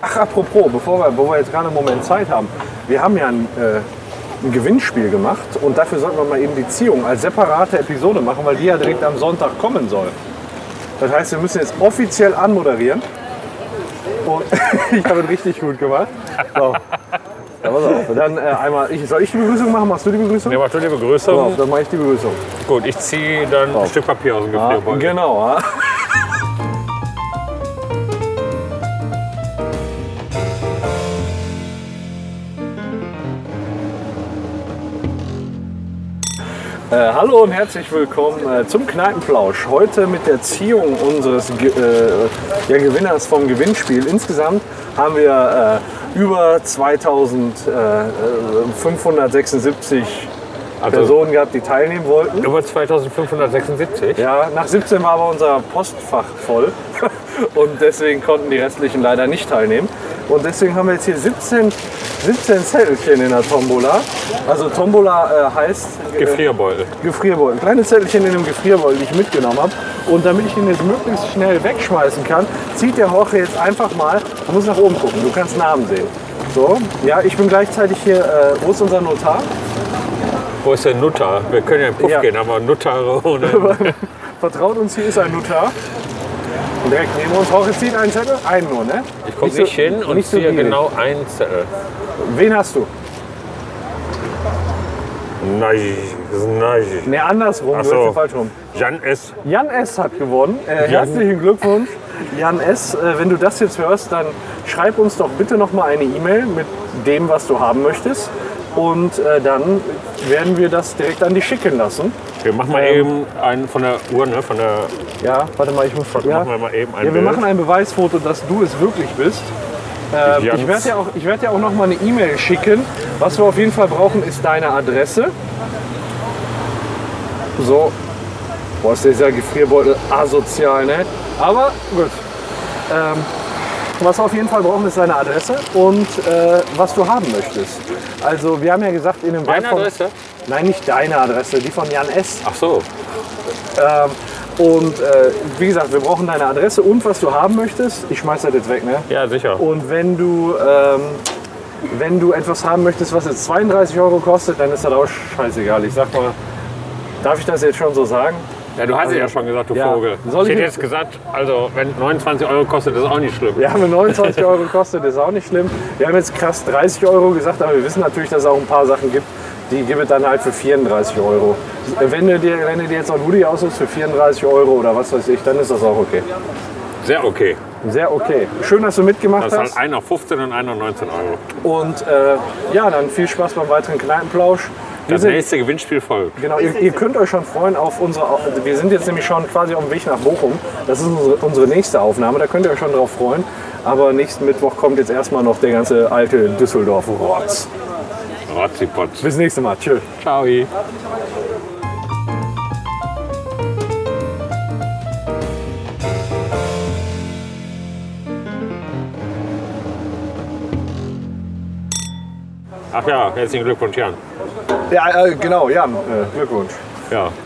Ach, apropos, bevor wir, wo wir jetzt gerade einen Moment Zeit haben. Wir haben ja ein, äh, ein Gewinnspiel gemacht und dafür sollten wir mal eben die Ziehung als separate Episode machen, weil die ja direkt am Sonntag kommen soll. Das heißt, wir müssen jetzt offiziell anmoderieren. Und ich habe es richtig gut gemacht. So. Ja, pass auf. Dann äh, einmal, ich, soll ich die Begrüßung machen? Machst du die Begrüßung? Ja, mach du die Pass auf, Begrüßung. dann mache ich die Begrüßung. Gut, ich ziehe dann Genau. ein Stück Papier aus dem Ah, Gefrierbeutel. genau. ja. Äh, hallo und herzlich willkommen äh, zum Kneipenplausch. Heute mit der Ziehung unseres Ge äh, ja, Gewinners vom Gewinnspiel. Insgesamt haben wir äh, über äh, 2576 Also- Personen gehabt, die teilnehmen wollten. Über 2576. Ja, nach 17 war aber unser Postfach voll und deswegen konnten die restlichen leider nicht teilnehmen. Und deswegen haben wir jetzt hier 17, 17 Zettelchen in der Tombola. Also Tombola äh, heißt äh, Gefrierbeutel. Gefrierbeutel. Kleine Zettelchen in dem Gefrierbeutel, die ich mitgenommen habe. Und damit ich ihn jetzt möglichst schnell wegschmeißen kann, zieht der Jorge jetzt einfach mal, du musst nach oben gucken, du kannst Namen sehen. So, ja, ich bin gleichzeitig hier, äh, wo ist unser Notar? Wo ist der Nutter? Wir können ja in den Puff Ja. gehen, aber Nutter ohne. Vertraut uns, hier ist ein Notar. Und direkt neben uns. Jorge zieht einen Zettel. Einen nur, ne? Ich gucke so- nicht hin und nicht so ziehe gierig. genau einen Zettel. Wen hast du? Nein, das ist nein. Ne, andersrum. Ach Du hast so. den falsch rum. Jan S. Jan S. hat gewonnen. Äh, Jan. herzlichen Glückwunsch. Jan S., äh, wenn du das jetzt hörst, dann schreib uns doch bitte noch mal eine E-Mail mit dem, was du haben möchtest. Und äh, dann werden wir das direkt an dich schicken lassen. Wir machen mal Ähm. eben einen von der Uhr, ne? Von der. Ja, warte mal, ich muss... Ja, Machen wir mal eben ein ja wir Bild. machen ein Beweisfoto, dass du es wirklich bist. Ähm, Jans. ich werde dir auch, ich werd dir auch noch mal eine E-Mail schicken. Was wir auf jeden Fall brauchen, ist deine Adresse. So. Boah, ist dieser Gefrierbeutel asozial, ne? Aber gut. Ähm, was wir auf jeden Fall brauchen, ist deine Adresse und äh, was du haben möchtest. Also, wir haben ja gesagt, in dem Meine Wahlform- Adresse? Nein, nicht deine Adresse, die von Jan S. Ach so. Ähm, und äh, wie gesagt, wir brauchen deine Adresse und was du haben möchtest. Ich schmeiß das jetzt weg, ne? Ja, sicher. Und wenn du, ähm, wenn du etwas haben möchtest, was jetzt 32 Euro kostet, dann ist das auch scheißegal. Ich sag mal, darf ich das jetzt schon so sagen? Ja, du hast es ja schon gesagt, du Ja. Vogel. Soll ich ich hätte mit- jetzt gesagt, also wenn 29 Euro kostet, ist auch nicht schlimm. Wir haben 29 Euro gekostet, ist auch nicht schlimm. Wir haben jetzt krass 30 Euro gesagt, aber wir wissen natürlich, dass es auch ein paar Sachen gibt, die gibt es dann halt für 34 Euro. Wenn du dir, wenn du dir jetzt auch ein Hoodie aussuchst für 34 Euro oder was weiß ich, dann ist das auch okay. Sehr okay. Sehr okay. Schön, dass du mitgemacht Das ist hast. halt einer 15 und einer 19 Euro. Und äh, ja, dann viel Spaß beim weiteren Kneipenplausch. Wir Das sind, nächste Gewinnspiel folgt. genau, ihr, ihr könnt euch schon freuen auf unsere. Au- also Wir sind jetzt nämlich schon quasi auf dem Weg nach Bochum. Das ist unsere, unsere nächste Aufnahme, da könnt ihr euch schon drauf freuen. Aber nächsten Mittwoch kommt jetzt erstmal noch der ganze alte Düsseldorf-Rotz. Ratzipotz. Bis nächste Mal. Tschüss. Ciao. Ach ja, herzlichen Glückwunsch, Jan. Ja, äh, genau, Jan, äh, Glückwunsch. Ja,